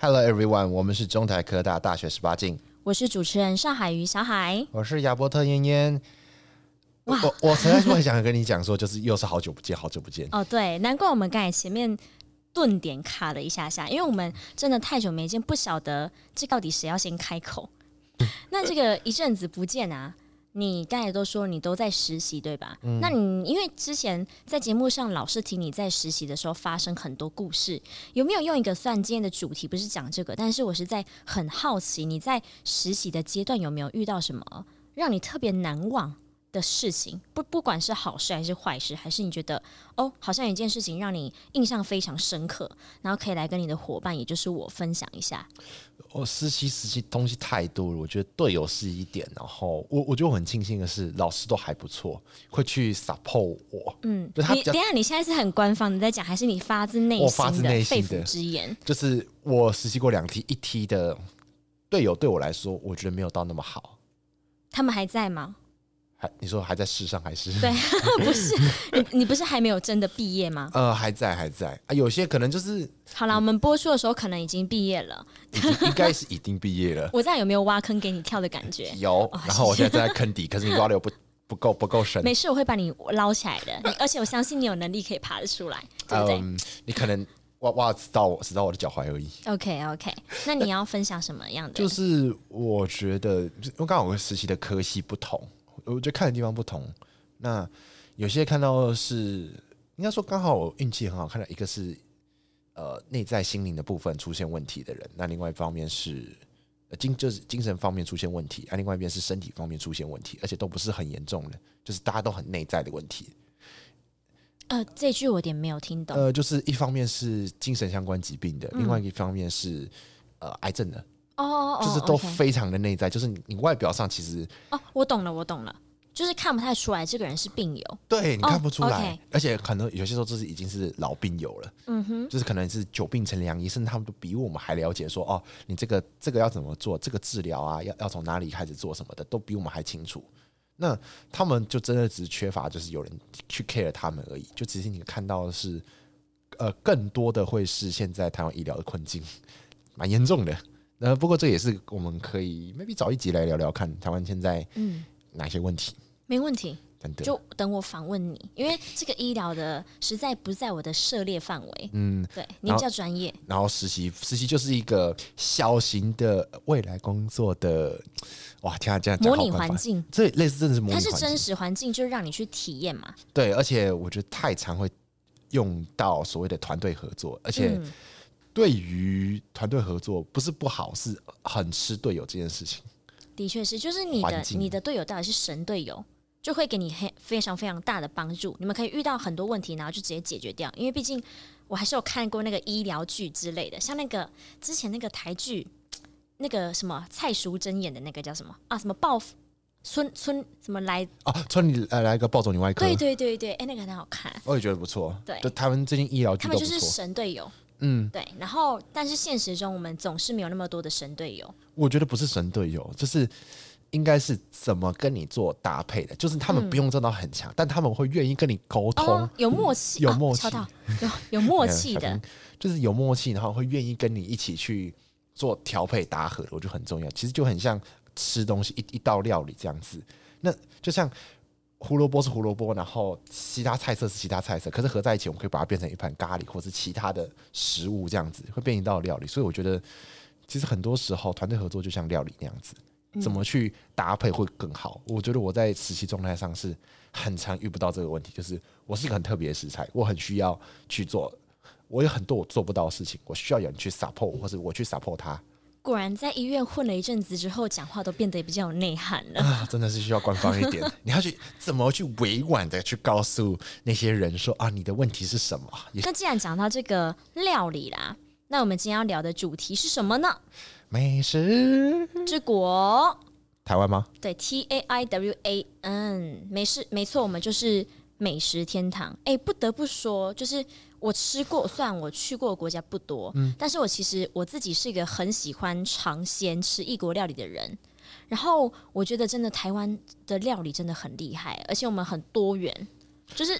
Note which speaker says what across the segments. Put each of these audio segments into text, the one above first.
Speaker 1: Hello everyone，我们是中台科大大学十八禁，
Speaker 2: 我是主持人上海鱼小海。
Speaker 1: 我是亚伯特燕燕。我我我实在是很想跟你讲说，就是又是好久不见，好久不见。
Speaker 2: 哦，对，难怪我们刚才前面顿点卡了一下下，因为我们真的太久没见，不晓得这到底谁要先开口。那这个一阵子不见啊，你刚才都说你都在实习对吧？
Speaker 1: 嗯
Speaker 2: 那你因为之前在节目上老是提你在实习的时候发生很多故事，有没有用一个算今天的主题不是讲这个，但是我是在很好奇你在实习的阶段有没有遇到什么让你特别难忘的事情？不不管是好事还是坏事，还是你觉得哦，好像有一件事情让你印象非常深刻，然后可以来跟你的伙伴，也就是我分享一下。
Speaker 1: 我实习实习东西太多了，我觉得队友是一点，然后我我觉得我很庆幸的是，老师都还不错，会去 support 我。
Speaker 2: 嗯，
Speaker 1: 就他
Speaker 2: 你
Speaker 1: 比较
Speaker 2: 等一下你现在是很官方的在讲，还是你发自内
Speaker 1: 我
Speaker 2: 心
Speaker 1: 发自内
Speaker 2: 的肺
Speaker 1: 心
Speaker 2: 腑
Speaker 1: 的
Speaker 2: 之言？
Speaker 1: 就是我实习过两梯，一梯的队友对我来说，我觉得没有到那么好。
Speaker 2: 他们还在吗？
Speaker 1: 还你说还在世上还是
Speaker 2: 对， 不是你，你不是还没有真的毕业吗？
Speaker 1: 呃还在还在啊，有些可能就是
Speaker 2: 好啦，我们播出的时候可能已经毕业了。
Speaker 1: 已经应该是已经毕业了，
Speaker 2: 我这样有没有挖坑给你跳的感觉？
Speaker 1: 有
Speaker 2: 哦，
Speaker 1: 然后我现在正在坑 底，可是你挖的又不不够不够深，
Speaker 2: 没事，我会把你捞起来的，你而且我相信你有能力可以爬得出来，对不对、
Speaker 1: 嗯，你可能挖挖只到我只到我的脚踝而已。
Speaker 2: o k OK，那你要分享什么样的？
Speaker 1: 就是我觉得，因为刚好我实习的科系不同，我觉得看的地方不同。那有些看到的是，应该说刚好我运气很好，看到一个是呃内在心灵的部分出现问题的人，那另外一方面是。呃精就是精神方面出现问题，啊，另外一边是身体方面出现问题，而且都不是很严重的，就是大家都很内在的问题。
Speaker 2: 呃，这句我有点没有听懂。嗯
Speaker 1: 呃，就是一方面是精神相关疾病的，另外一方面是呃癌症的，
Speaker 2: 哦哦哦，
Speaker 1: 就是都
Speaker 2: OK
Speaker 1: 非常的内在，就是你你外表上其实
Speaker 2: 哦，我懂了，我懂了，就是看不太出来这个人是病友。
Speaker 1: 对你
Speaker 2: 哦
Speaker 1: 看不出来，
Speaker 2: OK
Speaker 1: 而且可能有些时候就是已经是老病友了，
Speaker 2: 嗯哼，
Speaker 1: 就是可能是久病成良医，甚至他们都比我们还了解说哦，你这个这个要怎么做，这个治疗啊，要要从哪里开始做什么的，都比我们还清楚。那他们就真的只是缺乏就是有人去 care 他们而已，就只是你看到的是，呃，更多的会是现在台湾医疗的困境， 蛮严重的。那不过这也是我们可以 maybe 找一集来聊聊看台湾现在
Speaker 2: 嗯，
Speaker 1: 哪些问题，
Speaker 2: 没问题，
Speaker 1: 真的。
Speaker 2: 就等我访问你，因为这个医疗的实在不在我的涉猎范围。
Speaker 1: 嗯，
Speaker 2: 对你
Speaker 1: 然
Speaker 2: 比
Speaker 1: 后
Speaker 2: 较专业，
Speaker 1: 然后实习，实习就是一个小型的未来工作的，哇，天啊，这样讲
Speaker 2: 模
Speaker 1: 好
Speaker 2: 拟
Speaker 1: 官
Speaker 2: 环
Speaker 1: 方，
Speaker 2: 境，
Speaker 1: 这类似真的是模拟
Speaker 2: 它
Speaker 1: 环
Speaker 2: 是
Speaker 1: 境，
Speaker 2: 真实环境，就是让你去体验嘛。
Speaker 1: 对，而且我觉得太常会用到所谓的团队合作，而且
Speaker 2: 嗯，
Speaker 1: 对于团队合作不是不好，是很吃队友这件事情。
Speaker 2: 的确是，就是你
Speaker 1: 环
Speaker 2: 的
Speaker 1: 境
Speaker 2: 你的队友到底是神队友，就会给你很非常非常大的帮助。你们可以遇到很多问题，然后就直接解决掉。因为毕竟我还是有看过那个医疗剧之类的，像那个之前那个台剧，那个什么蔡淑珍演的那个叫什么啊？什么报复村村什么来？
Speaker 1: 哦、村里来来一个暴走女外科，
Speaker 2: 对对对对，哎、那个很好看。
Speaker 1: 我也觉得不错。
Speaker 2: 对
Speaker 1: 就他们最近医疗剧
Speaker 2: 他
Speaker 1: 都
Speaker 2: 们
Speaker 1: 不
Speaker 2: 就是
Speaker 1: 错。
Speaker 2: 神队友，
Speaker 1: 嗯，
Speaker 2: 对。然后，但是现实中我们总是没有那么多的神队友。
Speaker 1: 我觉得不是神队友，就是应该是怎么跟你做搭配的，就是他们不用真的很强，但他们会愿意跟你沟通。
Speaker 2: 嗯哦，有默契，
Speaker 1: 嗯有
Speaker 2: 啊
Speaker 1: 默契嗯
Speaker 2: 敲到有有默
Speaker 1: 没有
Speaker 2: 契
Speaker 1: 小
Speaker 2: 的
Speaker 1: 心，就是有默契，然后会愿意跟你一起去做调配搭合，我觉得很重要。其实就很像吃东西一一道料理这样子，那就像。胡萝卜是胡萝卜，然后其他菜色是其他菜色，可是合在一起，我们可以把它变成一盘咖喱，或是其他的食物，这样子会变一道料理。所以我觉得，其实很多时候团队合作就像料理那样子，
Speaker 2: 嗯
Speaker 1: 怎么去搭配会更好。我觉得我在实习状态上是很常遇不到这个问题，就是我是一个很特别的食材，我很需要去做，我有很多我做不到的事情，我需要有人去 support，或是我去 support 他。
Speaker 2: 果然在医院混了一阵子之后，讲话都变得比较有内涵了。
Speaker 1: 啊，真的是需要官方一 点。你要去怎么去委婉的去告诉那些人说啊，你的问题是什么？也
Speaker 2: 那既然讲到这个料理啦，那我们今天要聊的主题是什么呢？
Speaker 1: 美食，
Speaker 2: 治国
Speaker 1: 台湾吗？
Speaker 2: 对 T A I W A N，没事，没错，我们就是美食天堂。哎、不得不说，就是我吃过，虽然我去过的国家不多，但是我其实我自己是一个很喜欢尝鲜、吃异国料理的人。然后我觉得真的台湾的料理真的很厉害，而且我们很多元，就是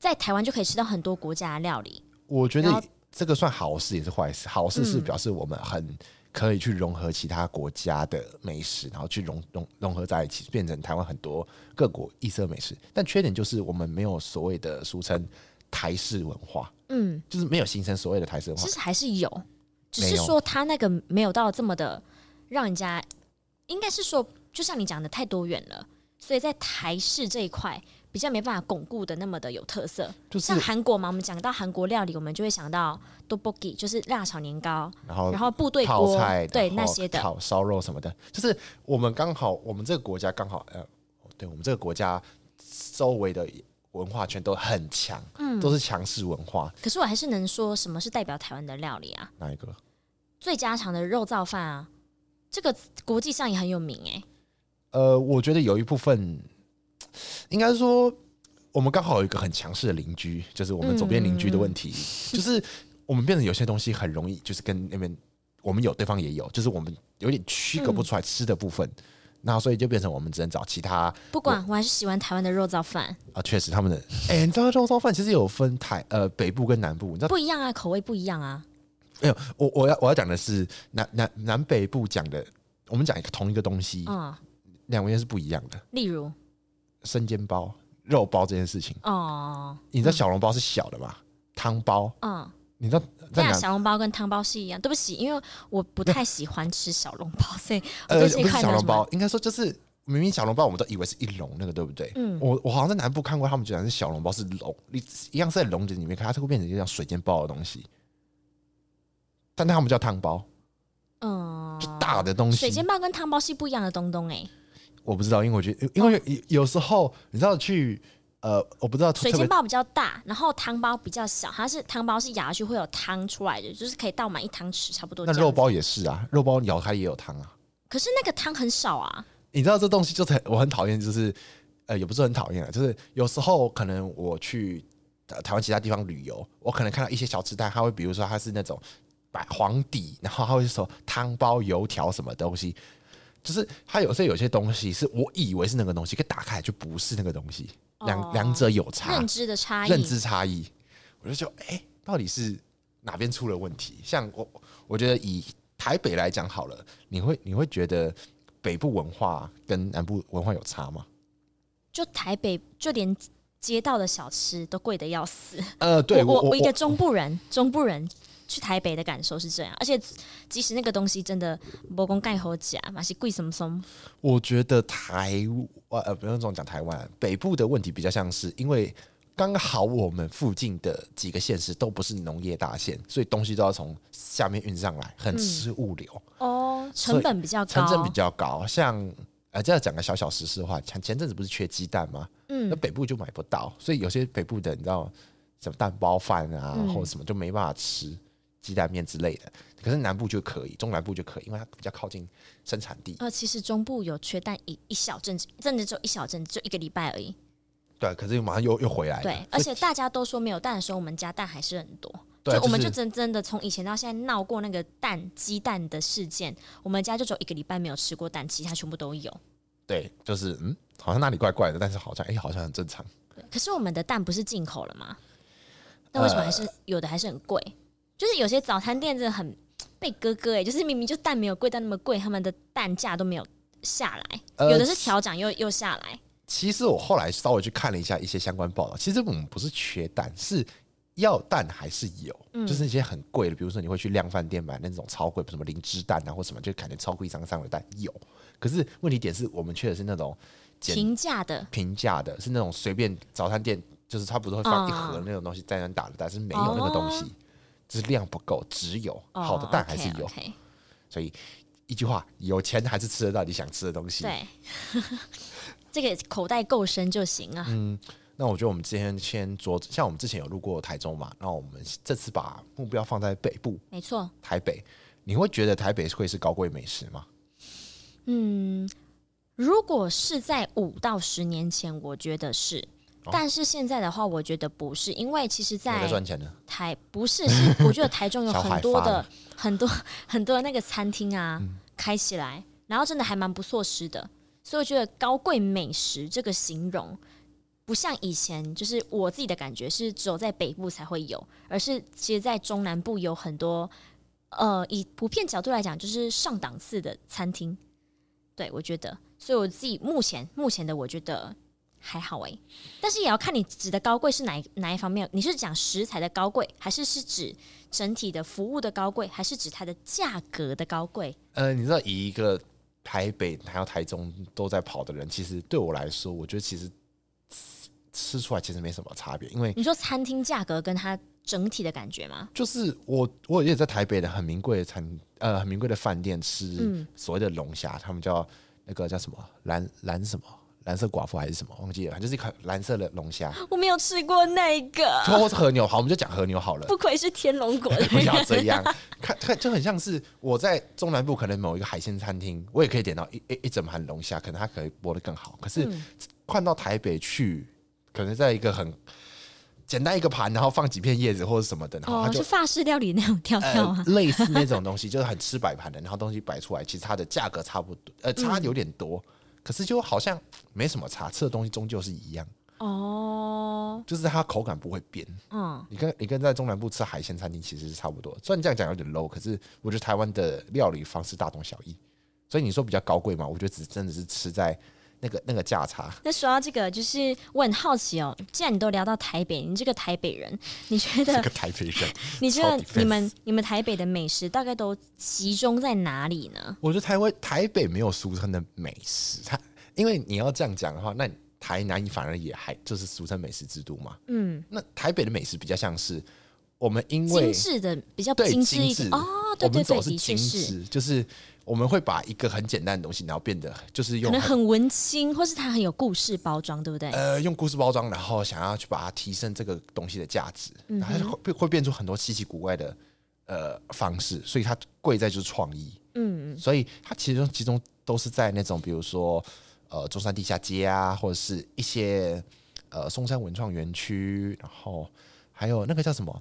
Speaker 2: 在台湾就可以吃到很多国家的料理。
Speaker 1: 我觉
Speaker 2: 然后嗯
Speaker 1: 得这个算好事也是坏事。好事是表示我们很可以去融合其他国家的美食，然后去融融融合在一起，变成台湾很多各国异色美食。但缺点就是我们没有所谓的俗称台式文化，
Speaker 2: 嗯，
Speaker 1: 就是没有形成所谓的台式文化
Speaker 2: 其。实还是有，只是
Speaker 1: 没有
Speaker 2: 说他那个没有到这么的让人家，应该是说，就像你讲的太多元了，所以在台式这一块比较没办法巩固的那么的有特色。
Speaker 1: 就是
Speaker 2: 像韩国嘛，我们讲到韩国料理，我们就会想到 tteokbokki，就是辣炒年糕，
Speaker 1: 然后
Speaker 2: 然后部队
Speaker 1: 哦泡
Speaker 2: 锅
Speaker 1: 菜，，哦
Speaker 2: 对
Speaker 1: 然
Speaker 2: 那
Speaker 1: 后
Speaker 2: 些的，
Speaker 1: 烤烧肉什么的，就是我们刚好我们这个国家刚好呃，对我们这个国家周围的文化圈都很强，都是强势文化
Speaker 2: 嗯可是我还是能说什么是代表台湾的料理啊？
Speaker 1: 哪一个？
Speaker 2: 最家常的肉燥饭啊，这个国际上也很有名哎、
Speaker 1: 呃，我觉得有一部分应该说，我们刚好有一个很强势的邻居，就是我们左边邻居的问题，
Speaker 2: 嗯
Speaker 1: 就是我们变得有些东西很容易就是跟那边我们有，对方也有，就是我们有点区
Speaker 2: 嗯
Speaker 1: 隔不出来吃的部分。那所以就变成我们只能找其他
Speaker 2: 不管我还是喜欢台湾的肉燥饭，
Speaker 1: 啊，确实他们的，哎、你知道肉燥饭其实有分台呃北部跟南部，你知道？
Speaker 2: 不一样啊，口味不一样啊。
Speaker 1: 哎呦，我我要我要讲的是南南南北部讲的，我们讲一个同一个东西，
Speaker 2: 嗯，
Speaker 1: 两边是不一样的。
Speaker 2: 例如
Speaker 1: 生煎包、肉包这件事情，
Speaker 2: 哦，
Speaker 1: 你知道小笼包是小的嘛？汤包，
Speaker 2: 嗯，
Speaker 1: 你知道在
Speaker 2: 那
Speaker 1: 哪？
Speaker 2: 小笼包跟汤包是一样。对不起，因为我不太喜欢吃小笼包， 所以我
Speaker 1: 呃，
Speaker 2: 对
Speaker 1: 不是
Speaker 2: 这一块没
Speaker 1: 小
Speaker 2: 有
Speaker 1: 笼
Speaker 2: 什么。
Speaker 1: 包，应该说就是明明小笼包我们都以为是一笼那个，对不对？
Speaker 2: 嗯
Speaker 1: 我我好像在南部看过，他们讲是小笼包是笼，一一样是在笼子里面，可它就会变成一个像水煎包的东西，但他们叫汤包，
Speaker 2: 嗯
Speaker 1: 就，大哦的东西。
Speaker 2: 水煎包跟汤包是不一样的东东哎、
Speaker 1: 我不知道，因为我觉得，因为有有时候你知道去呃，我不知道
Speaker 2: 水
Speaker 1: 特别
Speaker 2: 煎包比较大，然后汤包比较小。它是汤包是咬下去会有汤出来的，就是可以倒满一汤匙差不多。
Speaker 1: 那肉，包也是啊，肉包咬开也有汤啊。
Speaker 2: 可是那个汤很少啊。
Speaker 1: 你知道这东西就是很我很讨厌，就是呃也不是很讨厌啊，就是有时候可能我去、呃台湾其他地方旅游，我可能看到一些小吃摊，它会比如说它是那种白黄底，然后它会说汤包、油条什么东西，就是它有时候有些东西是我以为是那个东西，可打开来就不是那个东西，两
Speaker 2: 哦
Speaker 1: 两、者有差，
Speaker 2: 认知的差异，
Speaker 1: 啊认知差异，我就觉得，哎、到底是哪边出了问题？像我，我觉得以台北来讲好了，你会你会觉得北部文化跟南部文化有差吗？
Speaker 2: 就台北就连街道的小吃都贵的要死。
Speaker 1: 呃，对
Speaker 2: 我
Speaker 1: 我
Speaker 2: 我一个中部人， 中部人去台北的感受是这样，而且即使那个东西真的不公盖好假，嘛是贵什么什么，
Speaker 1: 我觉得台湾呃，不用这种讲台湾北部的问题比较像是，因为刚好我们附近的几个县市都不是农业大县，所以东西都要从下面运上来，
Speaker 2: 嗯
Speaker 1: 很吃物流。
Speaker 2: 哦，成本比较
Speaker 1: 成
Speaker 2: 高，
Speaker 1: 本比较高，像呃，这样讲个小小实事的话，前前阵子不是缺鸡蛋吗？
Speaker 2: 嗯
Speaker 1: 那北部就买不到，所以有些北部的你知道什么蛋包饭啊，
Speaker 2: 嗯
Speaker 1: 或者什么就没办法吃鸡蛋面之类的。可是南部就可以，中南部就可以，因为它比较靠近生产地。
Speaker 2: 呃，其实中部有缺蛋一一小阵子，真的只有一小阵子，就一个礼拜而已。
Speaker 1: 对，可是马上又又回来了。
Speaker 2: 对，而且大家都说没有蛋的时候，我们家蛋还是很多。
Speaker 1: 对啊
Speaker 2: 就我们
Speaker 1: 就
Speaker 2: 就是真真的从以前到现在闹过那个蛋鸡蛋的事件，我们家就只有一个礼拜没有吃过蛋，其他全部都有。
Speaker 1: 对，就是嗯，好像哪里怪怪的，但是好像哎、好像很正常。
Speaker 2: 可是我们的蛋不是进口了吗？
Speaker 1: 呃
Speaker 2: 那为什么还是、有的还是很贵？就是有些早餐店真的很被割割哎、就是明明就蛋没有贵到那么贵，他们的蛋价都没有下来，
Speaker 1: 呃
Speaker 2: 有的是调涨又又下来。
Speaker 1: 其实我后来稍微去看了一下一些相关报道，其实我们不是缺蛋，是要蛋还是有，就是一些很贵的，比如说你会去量贩店买那种超贵，什么灵芝蛋啊或什么，就感觉超贵一张张的蛋有。可是问题点是我们缺的是那种简
Speaker 2: 平价的
Speaker 1: 平价的，是那种随便早餐店，就是它不是会放一盒那种东西在那
Speaker 2: 哦
Speaker 1: 打的蛋，是没有那个东西，就是量不够，只有好的蛋还是有。
Speaker 2: o k o k
Speaker 1: 所以一句话，有钱还是吃得到你想吃的东西。
Speaker 2: 对，
Speaker 1: 嗯
Speaker 2: 这个口袋够深就行啊。
Speaker 1: 那我觉得我们之前先着，像我们之前有路过台中嘛，那我们这次把目标放在北部
Speaker 2: 没错，
Speaker 1: 台北，你会觉得台北会是高贵美食吗？
Speaker 2: 嗯如果是在五到十年前，我觉得是。
Speaker 1: 哦
Speaker 2: 但是现在的话，我觉得不是，因为其实，
Speaker 1: 有在
Speaker 2: 在
Speaker 1: 赚钱呢？
Speaker 2: 台不是是，我觉得台中有
Speaker 1: 小孩
Speaker 2: 很多
Speaker 1: 发
Speaker 2: 的
Speaker 1: 了
Speaker 2: 很多 很多的那个餐厅啊，开起来，
Speaker 1: 嗯
Speaker 2: 然后真的还蛮不错吃的，所以我觉得高贵美食这个形容，不像以前，就是我自己的感觉是只有在北部才会有，而是其实在中南部有很多，呃，以普遍角度来讲，就是上档次的餐厅，对我觉得，所以我自己目前目前的我觉得还好欸诶、但是也要看你指的高贵是哪一哪一方面，你是讲食材的高贵，还是是指整体的服务的高贵，还是指它的价格的高贵？
Speaker 1: 呃，你知道，以一个台北还有台中都在跑的人，其实对我来说，我觉得其实吃吃出来其实没什么差别，因为
Speaker 2: 你说餐厅价格跟它整体的感觉吗？
Speaker 1: 就是我我也在台北的很名贵的餐呃很名贵的饭店吃
Speaker 2: 嗯
Speaker 1: 所谓的龙虾，他们叫那个叫什么蓝蓝什么蓝色寡妇还是什么忘记了，反正就是一款蓝色的龙虾，
Speaker 2: 我没有吃过那个，
Speaker 1: 或是和牛。好，我们就讲和牛好了。
Speaker 2: 不愧是天龙国的
Speaker 1: 不要
Speaker 2: 人。
Speaker 1: 这样，看看就很像是我在中南部可能某一个海鲜餐厅，我也可以点到一一一整盘龙虾，可能它可以剥得更好。可是
Speaker 2: 嗯
Speaker 1: 换到台北去，可能在一个很简单一个盘，然后放几片叶子或者什么的，然后
Speaker 2: 哦。
Speaker 1: 它，就是
Speaker 2: 法式料理那种调调
Speaker 1: 呃
Speaker 2: 啊，，
Speaker 1: 类似那种东西，就是很吃摆盘的，然后东西摆出来，其实它的价格差不多，呃，差有点多，可是就好像没什么差，吃的东西终究是一样，
Speaker 2: 哦，
Speaker 1: 就是它口感不会变。
Speaker 2: 嗯，
Speaker 1: 你跟你跟在中南部吃海鲜餐厅其实是差不多，虽然这样讲有点 low，可是我觉得台湾的料理方式大同小异，所以你说比较高贵嘛？我觉得只真的是吃在那个那个价 差。
Speaker 2: 那说到这个，就是我很好奇哦，既然你都聊到台北，你这个台北人，你觉
Speaker 1: 这
Speaker 2: 得
Speaker 1: 个台北人，
Speaker 2: 你觉得
Speaker 1: 超 defense
Speaker 2: 你们你们台北的美食大概都集中在哪里呢？
Speaker 1: 我觉得台湾台北没有俗称的美食，它因为你要这样讲的话，那台南反而也还就是俗称美食之都嘛。
Speaker 2: 嗯，
Speaker 1: 那台北的美食比较像是我们因为
Speaker 2: 精致的比较
Speaker 1: 对
Speaker 2: 精致一
Speaker 1: 致
Speaker 2: 点哦，对
Speaker 1: 我
Speaker 2: 对
Speaker 1: 们
Speaker 2: 对，
Speaker 1: 走的是
Speaker 2: 的确
Speaker 1: 精
Speaker 2: 是，
Speaker 1: 致，就是我们会把一个很简单的东西，然后变得就是
Speaker 2: 可
Speaker 1: 用
Speaker 2: 能
Speaker 1: 很
Speaker 2: 很文青，或是它很有故事包装，对不对？
Speaker 1: 呃，用故事包装，然后想要去把它提升这个东西的价值，然后它就会变会变出很多稀奇古怪的呃方式，所以它贵在就是创意，
Speaker 2: 嗯，
Speaker 1: 所以它其中其中都是在那种比如说呃中山地下街啊，或者是一些呃松山文创园区，然后还有那个叫什么，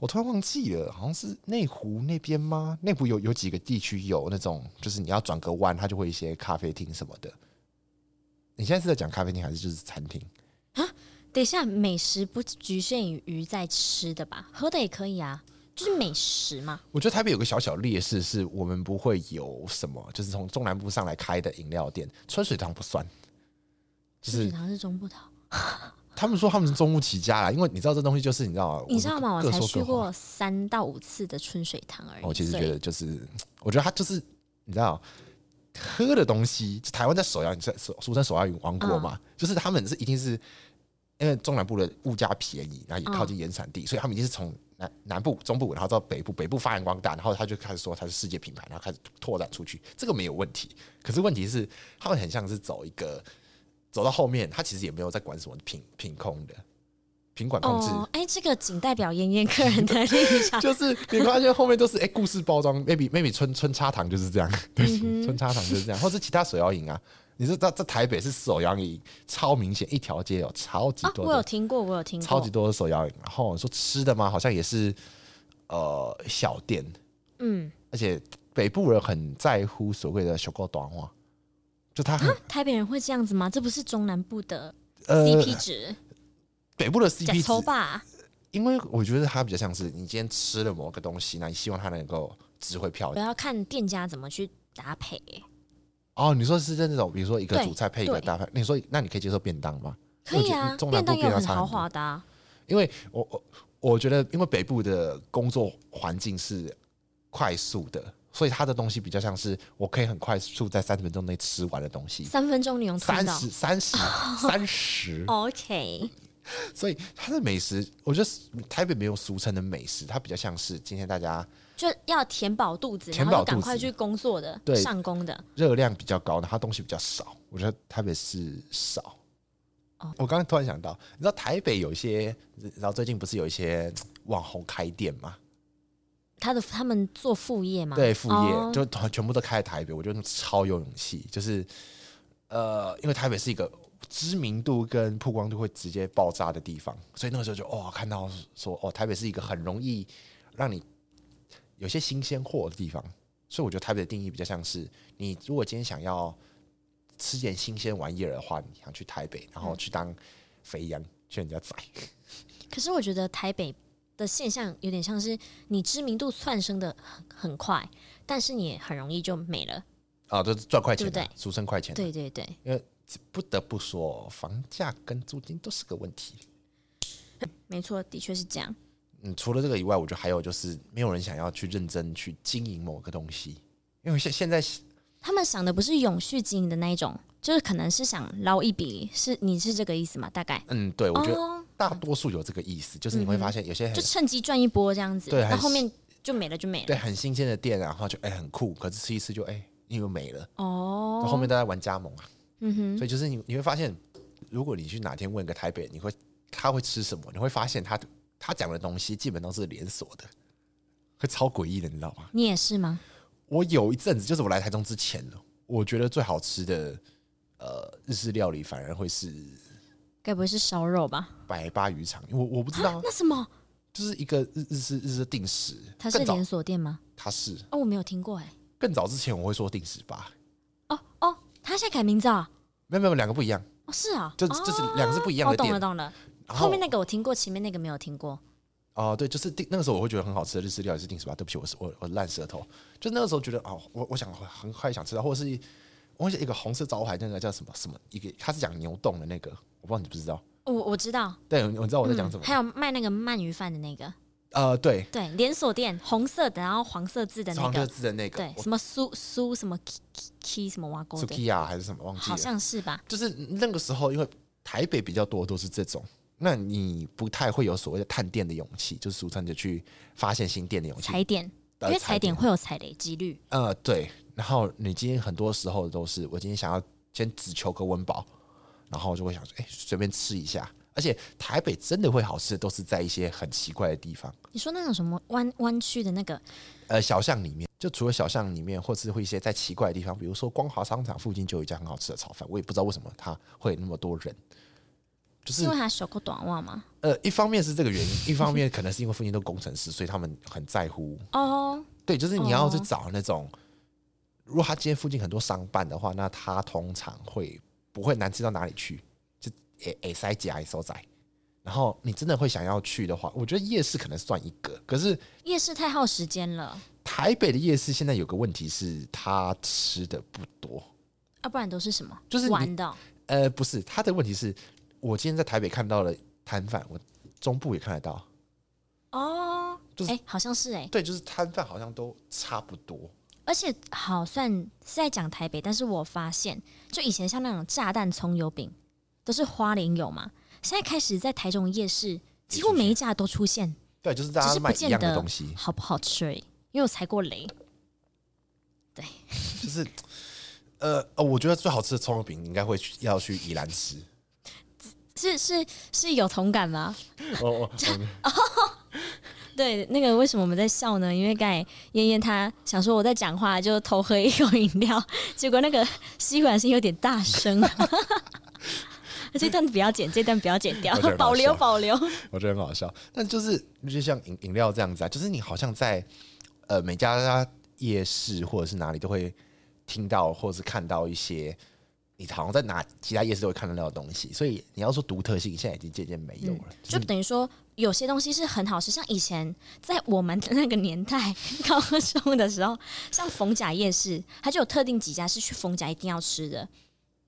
Speaker 1: 我突然忘记了，好像是内湖那边吗？内湖有有几个地区有那种，就是你要转个弯，它就会一些咖啡厅什么的。你现在是在讲咖啡厅还是就是餐厅？
Speaker 2: 等一下，美食不局限于在吃的吧，喝的也可以啊，就是美食嘛。
Speaker 1: 我觉得台北有个小小劣势，是我们不会有什么，就是从中南部上来开的饮料店，春水堂不算。就
Speaker 2: 春
Speaker 1: 是
Speaker 2: 水堂是中部的哦，
Speaker 1: 他们说他们是中午起家啦，因为你知道这东西就是你知道，
Speaker 2: 你知道吗？
Speaker 1: 我
Speaker 2: 我
Speaker 1: 们各
Speaker 2: 才
Speaker 1: 说
Speaker 2: 去
Speaker 1: 各话
Speaker 2: 过三到五次的春水堂而已。
Speaker 1: 哦我其实
Speaker 2: 所以
Speaker 1: 觉得就是，我觉得它就是你知道，喝的东西，台湾在首要，你在俗俗称首要王国嘛，
Speaker 2: 嗯
Speaker 1: 就是他们是一定是因为中南部的物价便宜，然后也靠
Speaker 2: 嗯
Speaker 1: 近原产地，所以他们一定是从南南部、中部，然后到北部，北部发扬光大，然后他就开始说它是世界品牌，然后开始拓展出去，这个没有问题。可是问题是，他们很像是走一个走到后面，他其实也没有在管什么品品控的品管控制。
Speaker 2: 哦，哎，这个仅代表妍妍个人的立 场。
Speaker 1: 就是你发现后面都是哎、诶故事包装，maybe maybe 春春茶堂就是这样，
Speaker 2: 嗯
Speaker 1: 对，春茶堂就是这样，或是其他手摇饮啊。你知道在台北是手摇饮超明显，一条街有超级
Speaker 2: 啊，
Speaker 1: 多
Speaker 2: 我
Speaker 1: 的、
Speaker 2: 有听过，我有听过，
Speaker 1: 超级多的手摇饮。然后你说吃的吗？好像也是呃小店，
Speaker 2: 嗯，
Speaker 1: 而且北部人很在乎所谓的小狗短话，就他很、
Speaker 2: 台北人会这样子吗？这不是中南部的
Speaker 1: 呃
Speaker 2: CP 值，
Speaker 1: 北部的
Speaker 2: 假
Speaker 1: CP 值
Speaker 2: 抽吧？
Speaker 1: 因为我觉得它比较像是你今天吃了某个东西，那你希望它能够值回票价
Speaker 2: 我。要看店家怎么去搭配。
Speaker 1: 哦，你说是在那种，比如说一个
Speaker 2: 对
Speaker 1: 主菜配一个
Speaker 2: 对
Speaker 1: 搭配，你说那你可以接受便当吗？
Speaker 2: 可以啊
Speaker 1: 我觉得，中南
Speaker 2: 便
Speaker 1: 部
Speaker 2: 当也
Speaker 1: 便当
Speaker 2: 很
Speaker 1: 差
Speaker 2: 豪
Speaker 1: 很多，
Speaker 2: 华的啊。
Speaker 1: 因为我我我觉得，因为北部的工作环境是快速的，所以它的东西比较像是我可以很快速在三十分钟内吃完的东西，
Speaker 2: 三分钟你用吞啊
Speaker 1: 三
Speaker 2: 到哦
Speaker 1: 十三十三十，
Speaker 2: ，OK，
Speaker 1: 所以它的美食，我觉得台北没有俗称的美食，它比较像是今天大家
Speaker 2: 就要填饱肚子，
Speaker 1: 填
Speaker 2: 然
Speaker 1: 饱
Speaker 2: 后又赶
Speaker 1: 肚子
Speaker 2: 快去工作的
Speaker 1: 对、
Speaker 2: 上工的。
Speaker 1: 热量比较高，然后东西比较少。我觉得台北是少。
Speaker 2: 哦
Speaker 1: 我刚刚突然想到，你知道台北有一些，然后最近不是有一些网红开店嘛？
Speaker 2: 他的他们做副业嘛，
Speaker 1: 对，副业、
Speaker 2: 哦
Speaker 1: 就全全部都开在台北，我觉得超有勇气。就是呃，因为台北是一个知名度跟曝光度会直接爆炸的地方，所以那个时候就哇、看到说哦，台北是一个很容易让你有些新鲜货的地方。所以我觉得台北的定义比较像是，你如果今天想要吃点新鲜玩意儿的话，你想去台北，
Speaker 2: 嗯
Speaker 1: 然后去当肥羊，去人家宰。
Speaker 2: 可是我觉得台北的现象有点像是你知名度窜升的很很快，但是你也很容易就没了。
Speaker 1: 啊，就是赚快钱、啊，
Speaker 2: 对不对
Speaker 1: 俗称快钱啊、
Speaker 2: 对对对，
Speaker 1: 不得不说，房价跟租金都是个问题。
Speaker 2: 没错，的确是这样。
Speaker 1: 嗯，除了这个以外，我觉得还有就是没有人想要去认真去经营某个东西，因为现现在
Speaker 2: 他们想的不是永续经营的那一种，就是可能是想捞一笔，是你是这个意思吗？大概
Speaker 1: 嗯，对我觉得
Speaker 2: 哦，嗯
Speaker 1: 大多数有这个意思，就是你会发现有些很
Speaker 2: 就趁机赚一波这样子，
Speaker 1: 对还
Speaker 2: 那后
Speaker 1: 是
Speaker 2: 面就没了就没了。
Speaker 1: 对很新鲜的店，然后就哎、很酷，可是吃一次就哎又没了，
Speaker 2: 哦，
Speaker 1: 后面大家玩加盟啊，
Speaker 2: 嗯哼，
Speaker 1: 所以就是你你会发现，如果你去哪天问个台北，你会他会吃什么，你会发现他他讲的东西基本都是连锁的，会超诡异的，你知道吗？
Speaker 2: 你也是吗？
Speaker 1: 我有一阵子，就是我来台中之前了，我觉得最好吃的呃日式料理反而会是
Speaker 2: 该不会是烧肉吧？
Speaker 1: 百八鱼肠，因为我我不知道啊，
Speaker 2: 那什么？
Speaker 1: 就是一个日日式日式定时，
Speaker 2: 它是
Speaker 1: 更早
Speaker 2: 连锁店吗？
Speaker 1: 它是
Speaker 2: 哦，我没有听过哎、
Speaker 1: 更早之前我会说定时吧，
Speaker 2: 哦哦，它现在改名字啊、
Speaker 1: 没有没有两个不一样，
Speaker 2: 哦？是啊、
Speaker 1: 就
Speaker 2: 哦
Speaker 1: 就是两个是不一样的
Speaker 2: 哦，懂
Speaker 1: 店
Speaker 2: 了懂了。
Speaker 1: 然
Speaker 2: 后面那个我听过，前面那个没有听过。
Speaker 1: 哦、对，就是定那个时候我会觉得很好吃的日式料理是定时吧，对不起，我是我我烂舌头，就那个时候觉得哦，我我想很快想吃到，或者是我想一个红色招牌那个叫什么什么一个，它是讲牛冻的那个，我不知道你知不知道，
Speaker 2: 哦，我我知道，
Speaker 1: 对，你你知道我在讲什么
Speaker 2: 嗯？还有卖那个鳗鱼饭的那个，
Speaker 1: 呃，对，
Speaker 2: 对，连锁店，红色的，然后黄色字的那
Speaker 1: 黄色
Speaker 2: 个，
Speaker 1: 字的那个，
Speaker 2: 对
Speaker 1: 我，
Speaker 2: 什么苏苏什么 k k 什么挖沟的，
Speaker 1: Sukiya 啊还是什么忘记
Speaker 2: 好
Speaker 1: 了，
Speaker 2: 像是吧？
Speaker 1: 就是那个时候，因为台北比较多都是这种，那你不太会有所谓的探店的勇气，就是俗称的去发现新店的勇气。
Speaker 2: 踩点，因
Speaker 1: 呃
Speaker 2: 为
Speaker 1: 踩
Speaker 2: 踩
Speaker 1: 点
Speaker 2: 点会有踩雷几率。
Speaker 1: 呃，对。然后你今天很多时候都是，我今天想要先只求个温饱，然后我就会想说，哎、随便吃一下。而且台北真的会好吃，都是在一些很奇怪的地方，
Speaker 2: 你说那种什么弯弯曲的那个，
Speaker 1: 呃，小巷里面。就除了小巷里面，或是会一些在奇怪的地方，比如说光华商场附近就有一家很好吃的炒饭，我也不知道为什么它会那么多人。就是
Speaker 2: 是因为它手够短袜吗？
Speaker 1: 呃，一方面是这个原因，一方面可能是因为附近都工程师，所以他们很在乎。
Speaker 2: 哦，
Speaker 1: 对，就是你要去
Speaker 2: 哦
Speaker 1: 找那种，如果他今天附近很多商办的话，那他通常会不会难吃到哪里去？就也也塞啊夹也收窄。然后你真的会想要去的话，我觉得夜市可能算一个。可是
Speaker 2: 夜市太耗时间了，
Speaker 1: 台北的夜市现在有个问题是，它吃的不多。
Speaker 2: 要、啊不然都是什么？
Speaker 1: 就是你
Speaker 2: 玩的哦、
Speaker 1: 呃，不是，他的问题是，我今天在台北看到了摊贩，我中部也看得到。
Speaker 2: 哦，
Speaker 1: 就
Speaker 2: 哎、
Speaker 1: 是
Speaker 2: 好像是哎、
Speaker 1: 对，就是摊贩好像都差不多。
Speaker 2: 而且好算是在讲台北，但是我发现，就以前像那种炸弹葱油饼，都是花莲有嘛，现在开始在台中夜市，几乎每一家都出现，
Speaker 1: 对，就是大
Speaker 2: 只
Speaker 1: 家
Speaker 2: 是
Speaker 1: 卖
Speaker 2: 不
Speaker 1: 一
Speaker 2: 见
Speaker 1: 样的
Speaker 2: 得
Speaker 1: 东西，
Speaker 2: 好不好吃而已，因为我踩过雷。
Speaker 1: 就是呃，哦我觉得最好吃的葱油饼应该会去要去宜兰吃。
Speaker 2: 是是是有同感吗？
Speaker 1: 哦哦，
Speaker 2: 对，那个为什么我们在笑呢？因为刚才燕燕她想说我在讲话，就偷喝一口饮料，结果那个吸管声有点大声。啊 这段不要剪，这段不要剪掉
Speaker 1: 我觉得很，好
Speaker 2: 保留
Speaker 1: 笑
Speaker 2: 保留。
Speaker 1: 我觉得很好笑。但就是就像饮饮料这样子啊，就是你好像在呃每家夜市或者是哪里都会听到或者是看到一些。你好像在哪其他夜市都会看得到的东西，所以你要说独特性，现在已经渐渐没有了。
Speaker 2: 就等于说有些东西是很好吃，像以前在我们的那个年代，高中的时候，像逢甲夜市，它就有特定几家是去逢甲一定要吃的，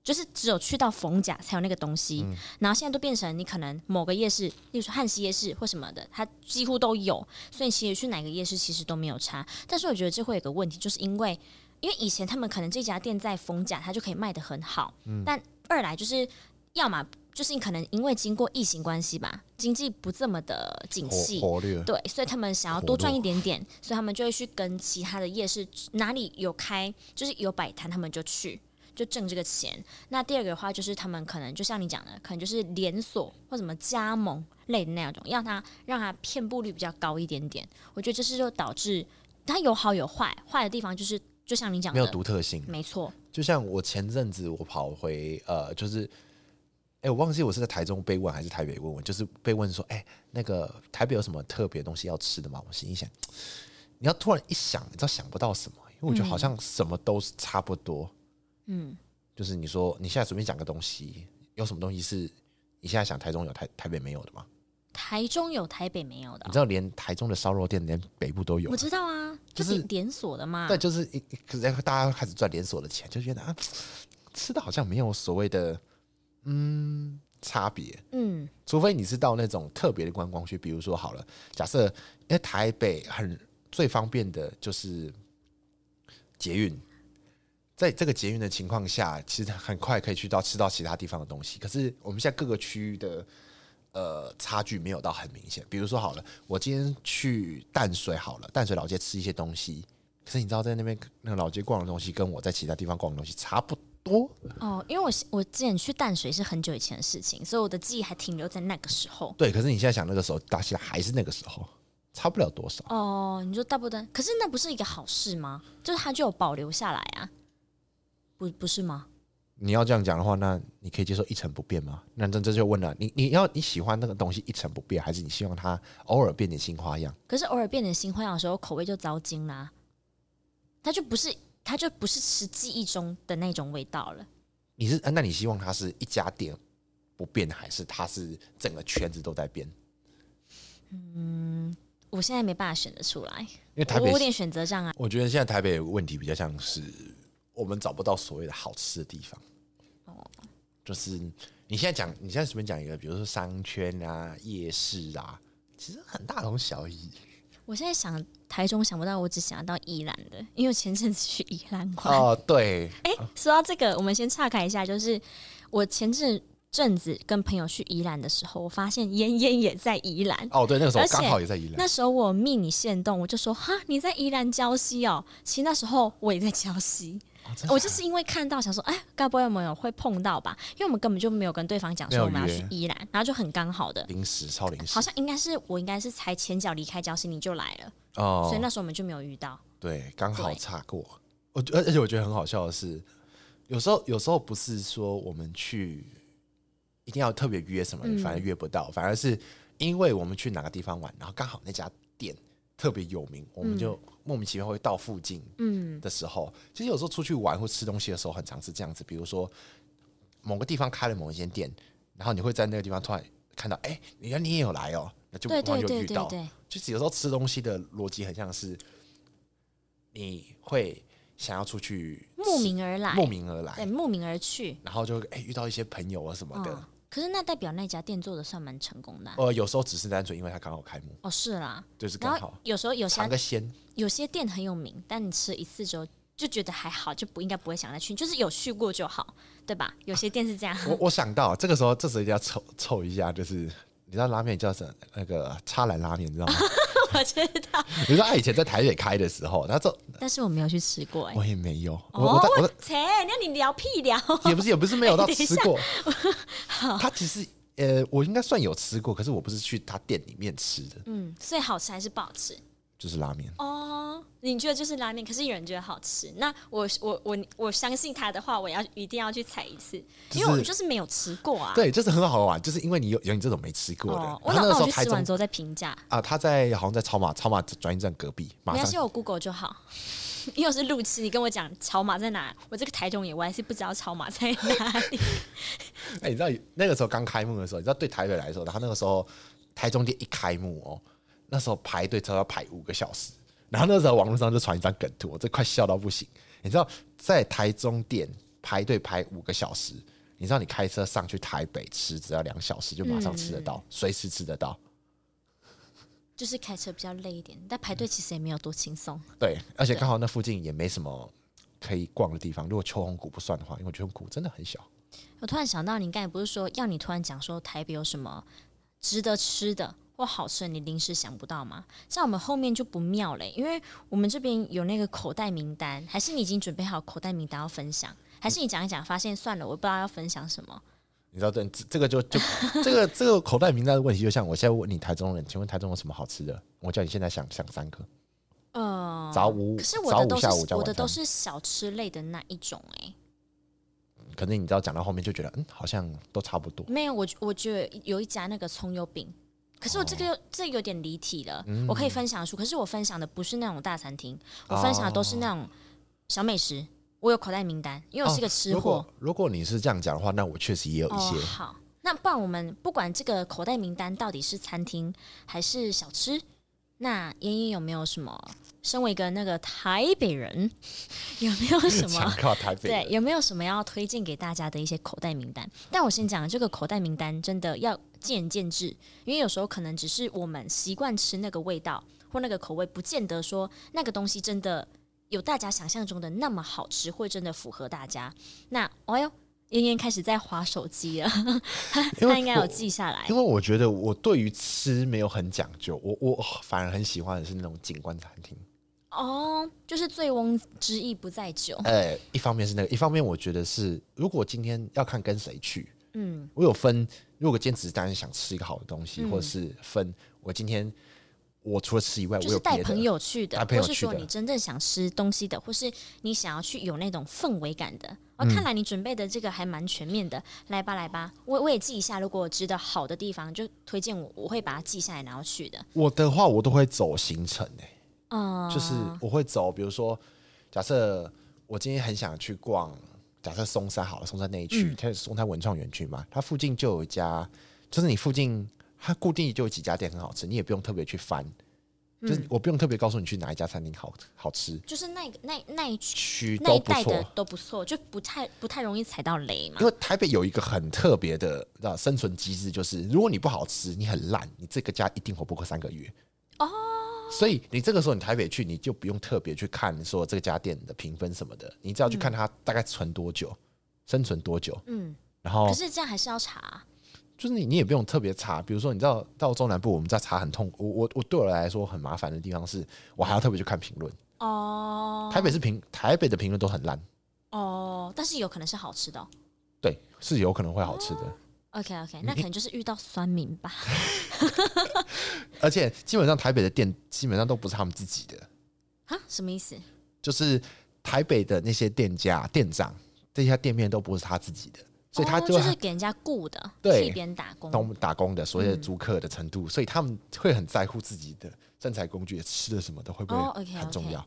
Speaker 2: 就是只有去到逢甲才有那个东西。然后现在都变成你可能某个夜市，例如说汉西夜市或什么的，它几乎都有，所以其实去哪个夜市其实都没有差。但是我觉得这会有个问题，就是因为因为以
Speaker 1: 嗯
Speaker 2: 前他们可能这家店在逢甲，它就可以卖得很好，但二来就是要么就是你可能因为经过疫情关系吧，经济不这么的景气，
Speaker 1: 活活略，
Speaker 2: 对，啊所以他们想要
Speaker 1: 活
Speaker 2: 多赚
Speaker 1: 络
Speaker 2: 一点点，所以他们就会去跟其他的夜市哪里有开，就是有摆摊，他们就去。就挣这个钱。那第二个的话，就是他们可能就像你讲的，可能就是连锁或什么加盟类的那种，让它让它遍布率比较高一点点。我觉得这是就导致它有好有坏，坏的地方就是就像你讲
Speaker 1: 没有
Speaker 2: 的，
Speaker 1: 独特性。
Speaker 2: 没错，
Speaker 1: 就像我前阵子我跑回呃，就是，哎、我忘记我是在台中被问还是台北问我，就是被问说，哎、那个台北有什么特别东西要吃的吗？我心里想，你要突然一想，你知道想不到什么，因为我觉得好像什么都是差不多。
Speaker 2: 嗯，
Speaker 1: 就是你说你现在随便讲个东西，有什么东西是你现在想台中有台台北没有的吗？
Speaker 2: 台中有，台北没有的
Speaker 1: 你
Speaker 2: 哦、
Speaker 1: 知道连台中的烧肉店连北部都有
Speaker 2: 我，知道啊，
Speaker 1: 就
Speaker 2: 就是是连锁的嘛
Speaker 1: 对，，就是一一可是大家开始赚连锁的钱，就觉得啊，吃的好像没有所谓的嗯差别，
Speaker 2: 嗯，
Speaker 1: 除非你是到那种特别的观光区，比如说好了，假设因为台北很最方便的就是捷运，在这个捷运的情况下，其实很快可以去到吃到其他地方的东西。可是我们现在各个区域的呃差距没有到很明显。比如说好了，我今天去淡水好了，淡水老街吃一些东西，可是你知道在那边那个老街逛的东西，跟我在其他地方逛的东西差不多。
Speaker 2: 哦，因为我是我之前去淡水是很久以前的事情，所以我的记忆还停留在那个时候。
Speaker 1: 对，可是你现在想那个时候，大西还是那个时候，差不了多少。
Speaker 2: 哦，你说大不丹，可是那不是一个好事吗？就是它就有保留下来啊，不不是吗？
Speaker 1: 你要这样讲的话，那你可以接受一成不变吗？那这这就问了，你你要你喜欢那个东西一成不变，还是你希望它偶尔变点新花样？
Speaker 2: 可是偶尔变成新花样的时候，口味就糟精啦、它就不是它就不是吃记忆中的那种味道了。
Speaker 1: 你是、啊那你希望它是一家店不变，还是它是整个圈子都在变？
Speaker 2: 我现在没办法选得出来，
Speaker 1: 因为台
Speaker 2: 我
Speaker 1: 北
Speaker 2: 我有，点选择障碍。
Speaker 1: 我觉得现在台北问题比较像是我们找不到所谓的好吃的地方。就是你现在讲，你现在随便讲一个，比如说商圈啊、夜市啊，其实很大同小 异。
Speaker 2: 我现在想台中想不到，我只想到宜兰的，因为我前阵子去宜兰玩。
Speaker 1: 哦，对，
Speaker 2: 哎、说到这个，我们先岔开一下，就是我前阵阵子跟朋友去宜兰的时候，我发现妍妍也在宜兰。
Speaker 1: 哦，对，那个时候
Speaker 2: 而且
Speaker 1: 刚好也在宜兰。
Speaker 2: 那时候我密你线动，我就说哈你在宜兰礁溪哦，其实那时候我也在礁溪，
Speaker 1: 哦真的
Speaker 2: 我
Speaker 1: 假
Speaker 2: 就
Speaker 1: 的
Speaker 2: 是因为看到想说，哎，该不会我们有会碰到吧？因为我们根本就没有跟对方讲
Speaker 1: 没
Speaker 2: 说
Speaker 1: 有
Speaker 2: 我们要
Speaker 1: 约
Speaker 2: 去宜兰，然后就很刚好的，
Speaker 1: 临时超临时
Speaker 2: 好，像应该是我应该是才前脚离开礁溪你就来了，
Speaker 1: 哦
Speaker 2: 所以那时候我们就没有遇到。
Speaker 1: 对，刚好
Speaker 2: 对
Speaker 1: 差过。我觉而而且我觉得很好笑的是，有时候有时候不是说我们去一定要特别约什么人，反
Speaker 2: 嗯
Speaker 1: 而约不到，反而是因为我们去哪个地方玩，然后刚好那家店特别有名，我们就莫名其妙会到附近
Speaker 2: 嗯
Speaker 1: 的时候。其实有时候出去玩或吃东西的时候，很常是这样子，比如说某个地方开了某一间店，然后你会在那个地方突然看到，哎、原来你也有来哦、那就
Speaker 2: 对
Speaker 1: 突
Speaker 2: 对
Speaker 1: 然就
Speaker 2: 对
Speaker 1: 遇
Speaker 2: 对
Speaker 1: 到。
Speaker 2: 对，
Speaker 1: 就是有时候吃东西的逻辑很像是，你会想要出去
Speaker 2: 慕名而来，
Speaker 1: 慕名而
Speaker 2: 对
Speaker 1: 来，
Speaker 2: 慕名而去。
Speaker 1: 然后就哎、遇到一些朋友啊什么的，
Speaker 2: 嗯，可是那代表那家店做的算蛮成功的啊、
Speaker 1: 呃有时候只是单纯因为它刚好开幕，
Speaker 2: 哦，是啦。
Speaker 1: 就是
Speaker 2: 然
Speaker 1: 刚
Speaker 2: 后
Speaker 1: 好
Speaker 2: 有时候有
Speaker 1: 尝
Speaker 2: 些
Speaker 1: 个鲜，
Speaker 2: 有些店很有名，但你吃一次之后就觉得还好，就不应该不会想再去，就是有去过就好，对吧？ 有些店是这样。
Speaker 1: 我我想到这个时候，这时候一定要凑凑一下，就是你知道拉面叫什那个叉兰拉面，你知道吗？
Speaker 2: 我知道，
Speaker 1: 你知道他以前在台北开的时候，他这
Speaker 2: 但是我没有去吃过、哎。
Speaker 1: 我也没有，我
Speaker 2: 哦
Speaker 1: 我在我在
Speaker 2: 切，那你聊屁 聊？
Speaker 1: 也不是也不是没有到
Speaker 2: 哎等一
Speaker 1: 吃
Speaker 2: 下
Speaker 1: 过，他其实呃，我应该算有吃过，可是我不是去他店里面吃的，
Speaker 2: 嗯，所以好吃还是不好吃？
Speaker 1: 就是拉面。
Speaker 2: 哦，你觉得就是拉面，可是有人觉得好吃。那我我我我相信他的话，我要一定要去踩一次，因为
Speaker 1: 就是
Speaker 2: 我就是没有吃过啊。
Speaker 1: 对，就是很好玩，就是因为你有有你这种没吃过的。
Speaker 2: 哦，我
Speaker 1: 然后那个
Speaker 2: 老那
Speaker 1: 时
Speaker 2: 我
Speaker 1: 候
Speaker 2: 去
Speaker 1: 台
Speaker 2: 吃
Speaker 1: 中
Speaker 2: 完之后再评价。
Speaker 1: 啊，他在好像在草马草马转运站隔壁，马
Speaker 2: 没关系，
Speaker 1: 上
Speaker 2: 我 Google 就好。 因为我是路痴，你跟我讲草马在哪，我这个台中也我还是不知道草马在哪 里。
Speaker 1: 哎、你知道那个时候刚开幕的时候，你知道对台北来说，然后那个时候台中店一开幕哦，那时候排队都要排五个小时，然后那时候网络上就传一张梗图，我这快笑到不行。你知道在台中店排队排五个小时，你知道你开车上去台北吃只要两小时就马上吃得到，
Speaker 2: 嗯
Speaker 1: 随、时吃得到。
Speaker 2: 就是开车比较累一点，但排队其实也没有多轻松。
Speaker 1: 对，而且刚好那附近也没什么可以逛的地方。如果秋红谷不算的话，因为秋红谷真的很小，
Speaker 2: 我突然想到，你刚才不是说要你突然讲说台北有什么值得吃的或好吃的，你临时想不到吗？这样我们后面就不妙嘞，因为我们这边有那个口袋名单，还是你已经准备好口袋名单要分享，还是你讲一讲发现算了，我不知道要分享什么。
Speaker 1: 你知道，这这这个就 就这个这个口袋名单的问题，就像我现在问你台中人，请问台中有什么好吃的？我叫你现在想想三个，
Speaker 2: 呃，
Speaker 1: 早午
Speaker 2: 可是我
Speaker 1: 早
Speaker 2: 的
Speaker 1: 午
Speaker 2: 都
Speaker 1: 嗯下午
Speaker 2: 是
Speaker 1: 加
Speaker 2: 我
Speaker 1: 晚
Speaker 2: 的
Speaker 1: 上
Speaker 2: 都。是小吃类的那一种哎、
Speaker 1: 可能你知道讲到后面就觉得，嗯，好像都差不多。
Speaker 2: 没有，我我觉得有一家那个葱油饼，可是我
Speaker 1: 哦
Speaker 2: 这个、这有点离题了，
Speaker 1: 嗯
Speaker 2: 我可以分享出，可是我分享的不是那种大餐厅，我分享的都是那种小美食。我有口袋名单，因为我是个吃
Speaker 1: 如
Speaker 2: 货。
Speaker 1: 果如果你是这样讲的话，那我确实也哦有一些
Speaker 2: 哦，。 好，那不然我们不管这个口袋名单到底是餐厅还是小吃，那妍妍有没有什么？身为一个那个台北人， 有没有什
Speaker 1: 想
Speaker 2: 么
Speaker 1: 靠台北
Speaker 2: 对，
Speaker 1: 人，
Speaker 2: 有没有什么要推荐给大家的一些口袋名单？但我先讲，这个口袋名单真的要见仁见智，因为有时候可能只是我们习惯吃那个味道或那个口味，不见得说那个东西真的有大家想象中的那么好吃，或真的符合大家。那哎呦，妍妍开始在划手机了，
Speaker 1: 因为
Speaker 2: 她应该
Speaker 1: 我
Speaker 2: 有记下来
Speaker 1: 因。为我觉得我对于吃没有很讲究，我我反而很喜欢的是那种景观餐厅。
Speaker 2: 哦，就是醉翁之意不在酒。
Speaker 1: 呃，一方面是那个，一方面我觉得是，如果今天要看跟谁去，
Speaker 2: 嗯，
Speaker 1: 我有分，如果今天只是单想吃一个好的东西，
Speaker 2: 嗯
Speaker 1: 或者是分我今天我除了吃以外，
Speaker 2: 就
Speaker 1: 我
Speaker 2: 是
Speaker 1: 有
Speaker 2: 带
Speaker 1: 别
Speaker 2: 朋
Speaker 1: 的。
Speaker 2: 友去的，
Speaker 1: 带朋
Speaker 2: 或
Speaker 1: 友
Speaker 2: 是
Speaker 1: 去
Speaker 2: 说
Speaker 1: 的
Speaker 2: 你真正想吃东西的，或是你想要去有那种氛围感的。
Speaker 1: 嗯
Speaker 2: 哦，看来你准备的这个还蛮全面的。来吧，来吧，我我也记一下，如果我知道好的地方，就推荐我，我会把它记下来，然后去的。
Speaker 1: 我的话，我都会走行程诶、
Speaker 2: 嗯，
Speaker 1: 就是我会走，比如说，假设我今天很想去逛，假设松山好了，松山那一区，
Speaker 2: 嗯
Speaker 1: 它是松山文创园区嘛，它附近就有一家，就是你附近它固定就有几家店很好吃，你也不用特别去翻，
Speaker 2: 嗯
Speaker 1: 就是我不用特别告诉你去哪一家餐厅好好吃，
Speaker 2: 就是那个那那一区
Speaker 1: 区
Speaker 2: 那
Speaker 1: 都
Speaker 2: 一
Speaker 1: 不
Speaker 2: 带的
Speaker 1: 错。
Speaker 2: 都不错，就不太不太容易踩到雷嘛
Speaker 1: 因。为台北有一个很特别的啊生存机制，就是如果你不好吃，你很烂，你这个家一定活不过三个月。哦，所以你这个时候你台北去，你就不用特别去看说这家店的评分什么的，你只要去看它大概存多久，生存多久，
Speaker 2: 嗯，
Speaker 1: 然后
Speaker 2: 可是这样还是要查。
Speaker 1: 就是你你也不用特别查。比如说你知道到中南部，我们在查很痛，我我我对我来说很麻烦的地方是我还要特别去看评论。
Speaker 2: 哦
Speaker 1: 台北是评台北的评论都很烂，
Speaker 2: 哦，但是有可能是好吃的哦、
Speaker 1: 对，是有可能会好吃的。
Speaker 2: OK OK，那可
Speaker 1: 嗯
Speaker 2: 能就是遇到酸民吧。
Speaker 1: 而且基本上台北的店基本上都不是他们自己的，
Speaker 2: 啊，什么意思？
Speaker 1: 就是台北的那些店家、店长，这些店面都不是他自己的，所以他
Speaker 2: 哦
Speaker 1: 就
Speaker 2: 就
Speaker 1: 会
Speaker 2: 是给人家雇的，
Speaker 1: 对
Speaker 2: 替别人打工。
Speaker 1: 懂打工的所
Speaker 2: 嗯
Speaker 1: 谓的租客的程度，所以他们会很在乎自己的身材工具、吃的什么的会不
Speaker 2: 哦
Speaker 1: 会
Speaker 2: ，OK，OK
Speaker 1: 很重要。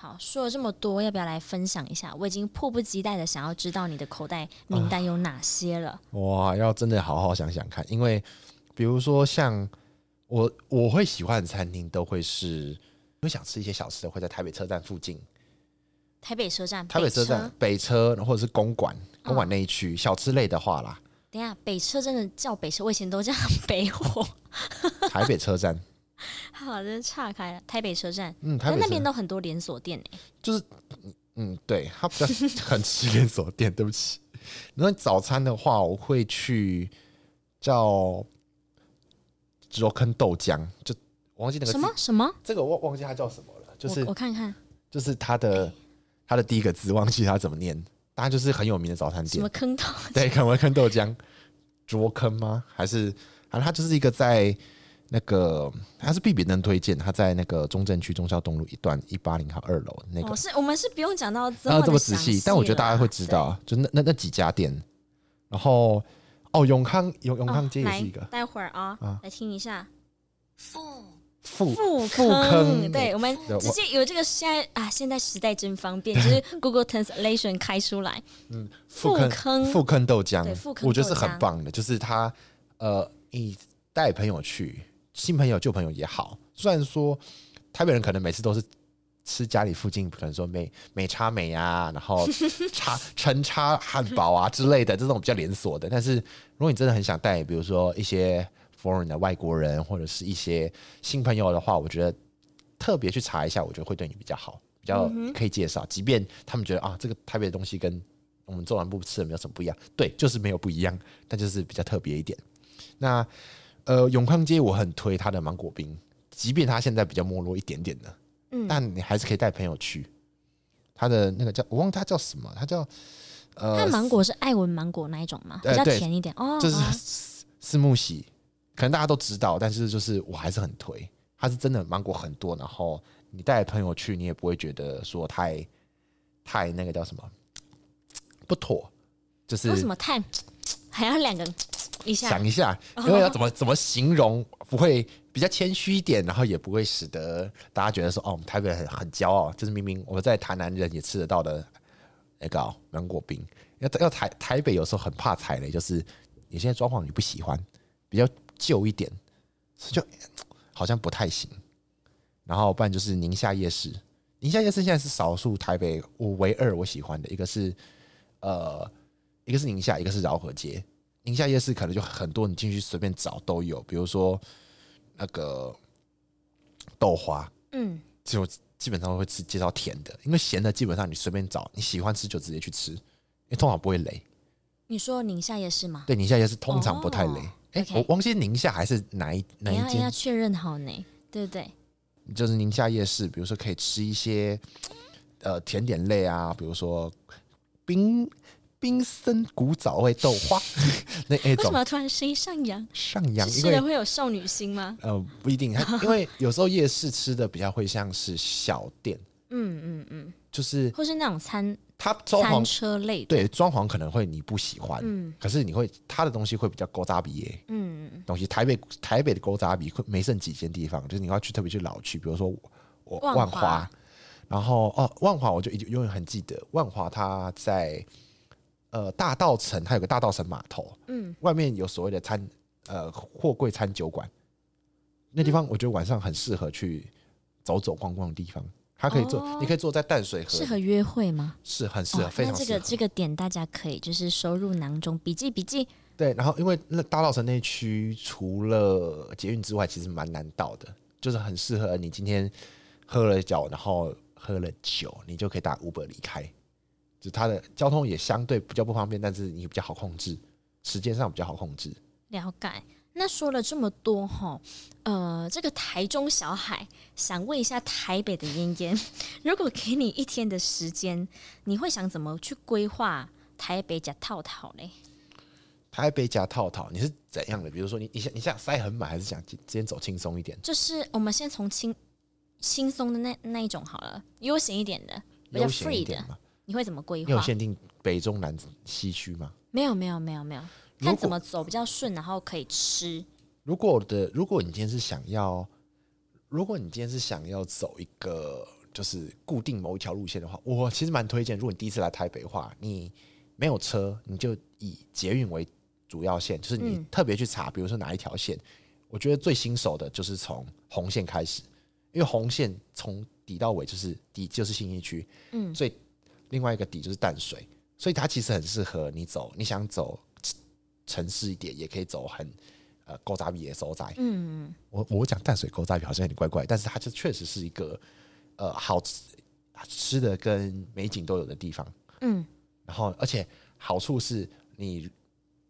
Speaker 2: 好，说了这么多，要不要来分享一下？我已经迫不及待的想要知道你的口袋名
Speaker 1: 啊
Speaker 2: 单有哪些了。
Speaker 1: 哇，要真的好好想想看，因为比如说像我，我会喜欢的餐厅都会是，会想吃一些小吃的，会在台北车站附近，
Speaker 2: 台北车站，
Speaker 1: 台北车站北车或者是公馆，公
Speaker 2: 嗯
Speaker 1: 馆那一区、小吃类的话啦，
Speaker 2: 等一下北车真的叫北车，我以前都叫 北火。
Speaker 1: 台北车站，
Speaker 2: 好的，岔开了。台北车站，
Speaker 1: 嗯，台北车
Speaker 2: 那那
Speaker 1: 站
Speaker 2: 边都很多连锁店欸诶、
Speaker 1: 就是嗯，嗯，对，它比较很吃连锁店，对不起。 然后早餐的话，我会去叫肉坑豆浆，就我忘记那个字
Speaker 2: 什么什么？
Speaker 1: 这个我忘记它叫什么了，就是
Speaker 2: 我我哎看看，
Speaker 1: 就是它的它的第一个字，忘记它怎么念，它就是很有名的早餐
Speaker 2: 什
Speaker 1: 店
Speaker 2: 么，坑道？
Speaker 1: 对，肯维坑豆浆，卓坑吗？还是啊？它就是一个在那个它是必比登推荐，它在那个中正区中孝东路一段一八零号二楼那个
Speaker 2: 哦，是我们是不用讲到呃这
Speaker 1: 然后
Speaker 2: 么
Speaker 1: 啊这么
Speaker 2: 的
Speaker 1: 仔
Speaker 2: 详
Speaker 1: 细，但我觉得大家
Speaker 2: 啦
Speaker 1: 会知道，啊，就那那那几家店，然后哦，永康永永
Speaker 2: 对。
Speaker 1: 康街也
Speaker 2: 哦来
Speaker 1: 是一个，
Speaker 2: 待会儿啊、
Speaker 1: 啊
Speaker 2: 来听一下。
Speaker 1: 富
Speaker 2: 富
Speaker 1: 富坑，
Speaker 2: 对我们
Speaker 1: 对我
Speaker 2: 直接有这个现在啊，现在时代真方便，就是 Google Translation 开出来，
Speaker 1: 富
Speaker 2: 富
Speaker 1: 坑
Speaker 2: 坑
Speaker 1: 富坑豆浆
Speaker 2: 对富，坑
Speaker 1: 我觉得是
Speaker 2: 豆浆
Speaker 1: 很棒的，就是他呃，你带朋友去，新朋友旧朋友也好，虽然说台北人可能每次都是。吃家里附近，可能说美美叉美啊，然 后叉陈叉汉堡啊之类的这种比较连锁的。但是如果你真的很想带，比如说一些 foreign 的外国人或者是一些新朋友的话，我觉得特别去
Speaker 2: 嗯
Speaker 1: 查一下，我觉得会对你比较好，比较可以介绍。即便他们觉得啊，这个台北的东西跟我们中南部吃的没有什么不一样，对，就是没有不一样，但就是比较特别一点。那呃，永康街我很推它的芒果冰，即便它现在比较没落一点点的，
Speaker 2: 嗯，
Speaker 1: 但你还是可以带朋友去。它的那个叫我忘它叫什么，它叫
Speaker 2: 它
Speaker 1: 呃，
Speaker 2: 芒果是爱文芒果那一种吗？比
Speaker 1: 呃
Speaker 2: 较
Speaker 1: 对
Speaker 2: 甜一点哦，
Speaker 1: 就是
Speaker 2: 哦
Speaker 1: 四四木喜，可能大家都知道，但是就是我还是很推，它是真的芒果很多，然后你带朋友去，你也不会觉得说太太那个叫什么不妥，就是
Speaker 2: 为什么太还要两个 一下哦
Speaker 1: 想一下，因为要怎么怎么形容，不会比较谦虚一点，然后也不会使得大家觉得说，哦，我们台北人很很骄傲，就是明明我们在台南人也吃得到的那个哦芒果冰。要要台台北有时候很怕踩雷，就是你现在装潢你不喜欢，比较旧一点，所以就好像不太行。然后不然就是宁夏夜市，宁夏夜市现在是少数台北我唯二我喜欢的，一个是呃，一个是宁夏，一个是饶河街。宁夏夜市可能就很多，你进去随便找都有，比如说那个豆花，
Speaker 2: 嗯，
Speaker 1: 就基本上会吃介绍甜的，因为咸的基本上你随便找，你喜欢吃就直接去吃，因为通常不会雷。
Speaker 2: 你说宁夏夜市吗？
Speaker 1: 对，宁夏夜市通常不太雷
Speaker 2: 哦。
Speaker 1: 哎、
Speaker 2: OK
Speaker 1: 我忘记宁夏还是哪一哪
Speaker 2: 你
Speaker 1: 一
Speaker 2: 要
Speaker 1: 间
Speaker 2: 要，确认好呢，对不对？
Speaker 1: 就是宁夏夜市，比如说可以吃一些呃甜点类啊，比如说冰冰森古早味豆 花那那
Speaker 2: 为什
Speaker 1: 种
Speaker 2: 么突然声音上扬？
Speaker 1: 上扬，
Speaker 2: 只
Speaker 1: 因
Speaker 2: 吃
Speaker 1: 为
Speaker 2: 了会有少女心吗？
Speaker 1: 呃，不一定，它因为有时候夜市吃的比较会像是小店，
Speaker 2: 嗯嗯嗯，
Speaker 1: 就是
Speaker 2: 或是那种餐
Speaker 1: 它装
Speaker 2: 餐
Speaker 1: 潢
Speaker 2: 车类的，
Speaker 1: 对装潢可能会你不喜欢，
Speaker 2: 嗯
Speaker 1: 可是你会它的东西会比较勾扎比耶
Speaker 2: 嗯嗯
Speaker 1: 东西。台北台北的勾扎比会没剩几间地方，就是你要去特别去老区，比如说我
Speaker 2: 万
Speaker 1: 万
Speaker 2: 华
Speaker 1: 华，然后哦万华我就一直永远很记得，万华它在呃大道城，它有个大道城码头，
Speaker 2: 嗯，
Speaker 1: 外面有所谓的餐呃货柜餐酒馆，那地方
Speaker 2: 嗯
Speaker 1: 我觉得晚上很适合去走走逛逛的地方。它可以坐，
Speaker 2: 哦
Speaker 1: 你可以坐在淡水河，
Speaker 2: 适合约会吗？
Speaker 1: 是很适合，
Speaker 2: 哦
Speaker 1: 非常
Speaker 2: 那这
Speaker 1: 适合。
Speaker 2: 个这个点大家可以就是收入囊中，笔记笔记。
Speaker 1: 对，然后因为那大稻城那区除了捷运之外，其实蛮难到的，就是很适合你今天喝了酒，然后喝了酒，你就可以打 Uber 离开。就它的交通也相对比较不方便，但是你比较好控制，时间上比较好控制。
Speaker 2: 了解。那说了这么多哈，呃，这个台中小海想问一下台北的嫣嫣， 如果给你一天的时间，你会想怎么去规划台北加套套嘞？
Speaker 1: 台北加套套，你是怎样的？比如说你你想你想塞很满，还是想今今天走轻松一点？
Speaker 2: 就是我们先从轻轻松的那那一种好了，悠闲一点的，比较
Speaker 1: 悠闲一
Speaker 2: free
Speaker 1: 点
Speaker 2: 的，
Speaker 1: 嘛？
Speaker 2: 你会怎么规
Speaker 1: 你有
Speaker 2: 划？
Speaker 1: 限定北中南西区吗？
Speaker 2: 没有没有没有没有，
Speaker 1: 如
Speaker 2: 看
Speaker 1: 果
Speaker 2: 怎么走比较顺，然后可以吃。
Speaker 1: 如果我的，如果你今天是想要，如果你今天是想要走一个就是固定某一条路线的话，我其实蛮推荐，如果你第一次来台北的话，你没有车，你就以捷运为主要线，就是你
Speaker 2: 嗯
Speaker 1: 特别去查，比如说哪一条线，我觉得最新手的就是从红线开始，因为红线从底到尾就是底就是信义区，
Speaker 2: 嗯
Speaker 1: 最另外一个底就是淡水，所以它其实很适合你走，你想走城城市一点，也可以走很呃勾扎比的所在。
Speaker 2: 嗯，
Speaker 1: 我我讲淡水勾扎比好像有点怪怪，但是它就确实是一个呃好吃吃的跟美景都有的地方。
Speaker 2: 嗯，
Speaker 1: 然后而且好处是你，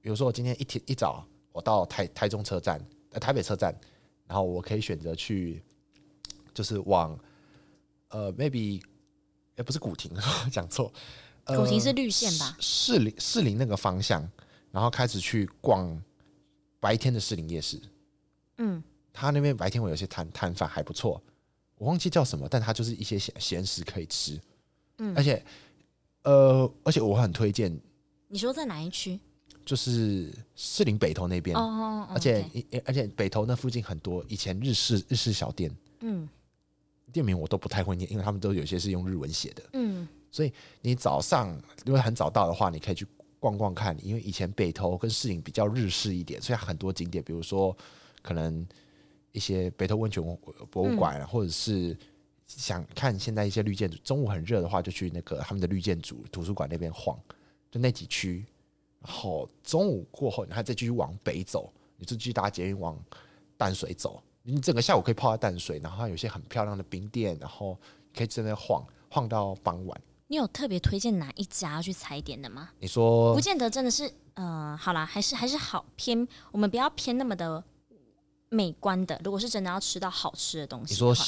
Speaker 1: 比如说我今天一天一早我到台台中车站，呃台北车站，然后我可以选择去，就是往呃 maybe 哎、不是古亭， 讲错，呃
Speaker 2: 古亭是绿线吧？
Speaker 1: 士林士林那个方向，然后开始去逛白天的士林夜市。
Speaker 2: 嗯，
Speaker 1: 他那边白天会有些摊摊贩还不错，我忘记叫什么，但它就是一些闲闲食可以吃。
Speaker 2: 嗯
Speaker 1: 而且呃，而且我很推荐，
Speaker 2: 你说在哪一区？
Speaker 1: 就是士林北投那边，
Speaker 2: 哦哦哦，
Speaker 1: 而且
Speaker 2: OK
Speaker 1: 一而且北投那附近很多以前日式日式小店
Speaker 2: 嗯
Speaker 1: 店名我都不太会念，因为他们都有些是用日文写的。
Speaker 2: 嗯
Speaker 1: 你早上如果很早到的话，你可以去逛逛看，因为以前北投跟士林比较日式一点，所以它很多景点，比如说可能一些北投温泉博物馆啊，或者是想看现在一些绿建筑，中午很热的话，就去那个他们的绿建筑图书馆那边晃，就那几区。然后中午过后，你还再继续往北走，你就继续搭捷运往淡水走。你整个下午可以泡在淡水，然后它有一些很漂亮的冰店，然后可以在那边晃晃到傍晚。
Speaker 2: 你有特别推荐哪一家去踩点的吗？
Speaker 1: 你说
Speaker 2: 不见得真的是，呃，好啦，还是还是好偏，我们不要偏那么的美观的。如果是真的要吃到好吃的东
Speaker 1: 你
Speaker 2: 西的
Speaker 1: 说
Speaker 2: 话，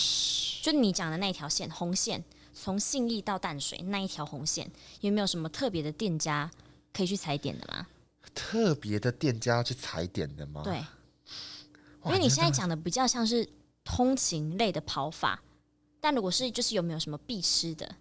Speaker 2: 就你讲的那一条线红线，从信义到淡水那一条红线，有没有什么特别的店家可以去踩点的吗？
Speaker 1: 特别的店家要去踩点的吗？
Speaker 2: 对，因
Speaker 1: 哇，
Speaker 2: 为你
Speaker 1: 真
Speaker 2: 现在
Speaker 1: 的
Speaker 2: 讲的比较像是通勤类的跑法，但如果是就是有没有什么必吃的，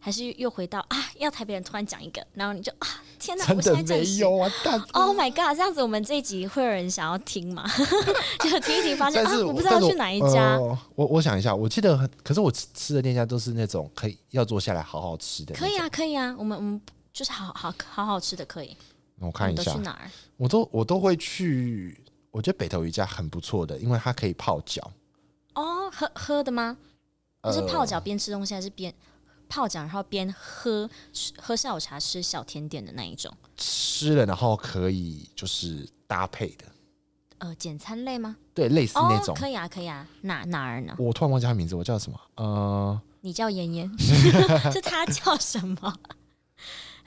Speaker 2: 还是又回到啊，要台北人突然讲一个，然后你就啊，天哪，我现在
Speaker 1: 真的
Speaker 2: 正
Speaker 1: 没
Speaker 2: 行
Speaker 1: 有啊，但
Speaker 2: Oh my god！这样子我们这一集会有人想要听吗？ 就听一听，发现
Speaker 1: 但
Speaker 2: 啊
Speaker 1: 是，
Speaker 2: 我不知道去哪一家。
Speaker 1: 呃我我想一下，我记得很，可是我吃吃的店家都是那种可以要坐下来好好吃的。
Speaker 2: 可以，啊，可以啊，我们我们就是好好好好吃的，可以。
Speaker 1: 我
Speaker 2: 我
Speaker 1: 看
Speaker 2: 们
Speaker 1: 一
Speaker 2: 都
Speaker 1: 下
Speaker 2: 去，哪儿？
Speaker 1: 我都我都会去。我觉得北投有一家很不错的，因为它可以泡脚。
Speaker 2: 哦，喝喝的吗？
Speaker 1: 呃
Speaker 2: 就是泡脚边吃东西，还是边泡脚然后边喝吃喝下午茶、吃小甜点的那一种？
Speaker 1: 呃吃了，然后可以就是搭配的，
Speaker 2: 呃，简餐类吗？
Speaker 1: 对，类似那
Speaker 2: 哦
Speaker 1: 种。，
Speaker 2: 可以啊，可以啊。哪哪儿呢？
Speaker 1: 我突然忘记他名字，我叫什么？呃，
Speaker 2: 你叫 妍妍，是他叫什么？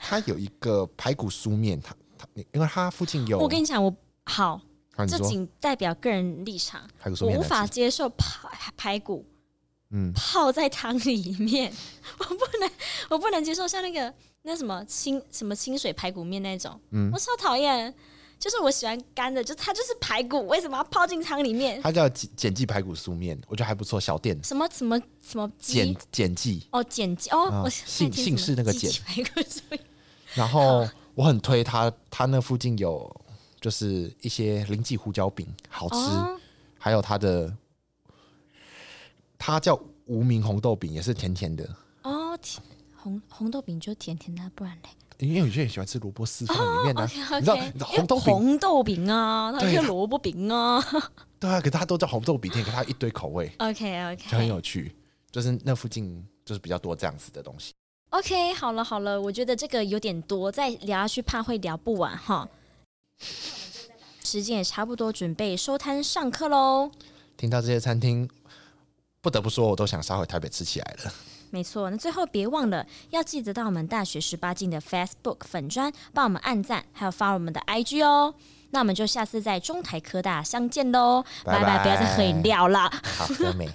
Speaker 1: 它有一个排骨酥面，它它因为它附近有，
Speaker 2: 我跟你讲，我好，
Speaker 1: 啊你
Speaker 2: 这
Speaker 1: 说
Speaker 2: 仅代表个人立场。
Speaker 1: 排骨酥
Speaker 2: 我
Speaker 1: 面
Speaker 2: 无
Speaker 1: 很难
Speaker 2: 法
Speaker 1: 吃，
Speaker 2: 接受排排骨
Speaker 1: 嗯，
Speaker 2: 泡在汤里面， 我不能，我不能接受像那个那什么清什么清水排骨面那种，
Speaker 1: 嗯
Speaker 2: 我超讨厌。就是我喜欢干的，就它就是排骨，为什么要泡进汤里面？
Speaker 1: 它叫简简记排骨酥面，我觉得还不错，小店
Speaker 2: 什么什么什么
Speaker 1: 简
Speaker 2: 鸡？
Speaker 1: 简记。
Speaker 2: 哦，剪辑哦，
Speaker 1: 啊
Speaker 2: 我
Speaker 1: 姓
Speaker 2: 那
Speaker 1: 姓
Speaker 2: 天什么
Speaker 1: 氏那个
Speaker 2: 鸡
Speaker 1: 剪
Speaker 2: 鸡排骨酥面
Speaker 1: 然 后我很推他，他那附近有就是一些林记胡椒饼，好吃，
Speaker 2: 哦，
Speaker 1: 还有他的，他叫无名红豆饼，也是甜甜的。
Speaker 2: 哦，甜红红豆饼就甜甜的，不然嘞。
Speaker 1: 因为有些人喜欢吃萝卜丝放里面呢、啊 你
Speaker 2: OK
Speaker 1: 知道
Speaker 2: OK，
Speaker 1: 你知道红豆饼
Speaker 2: 红豆饼啊，它
Speaker 1: 对
Speaker 2: 是
Speaker 1: 它
Speaker 2: 萝卜饼啊。
Speaker 1: 对啊，可是它都叫红豆饼店，可是它一堆口味
Speaker 2: OK
Speaker 1: 就很
Speaker 2: OK
Speaker 1: 有趣，就是那附近就是比较多这样子的东西。
Speaker 2: OK，好了好了，我觉得这个有点多，再聊下去怕会聊不完哈。时间也差不多，准备收摊上课喽。
Speaker 1: 听到这些餐厅，不得不说我都想杀回台北吃起来了。
Speaker 2: 没错，那最后别忘了要记得到我们大学十八禁的 Facebook 粉砖帮我们按赞，还有发我们的 IG 哦。那我们就下次在中台科大相见喽，
Speaker 1: 拜
Speaker 2: 拜，不要再喝饮料了。
Speaker 1: 好，喝美。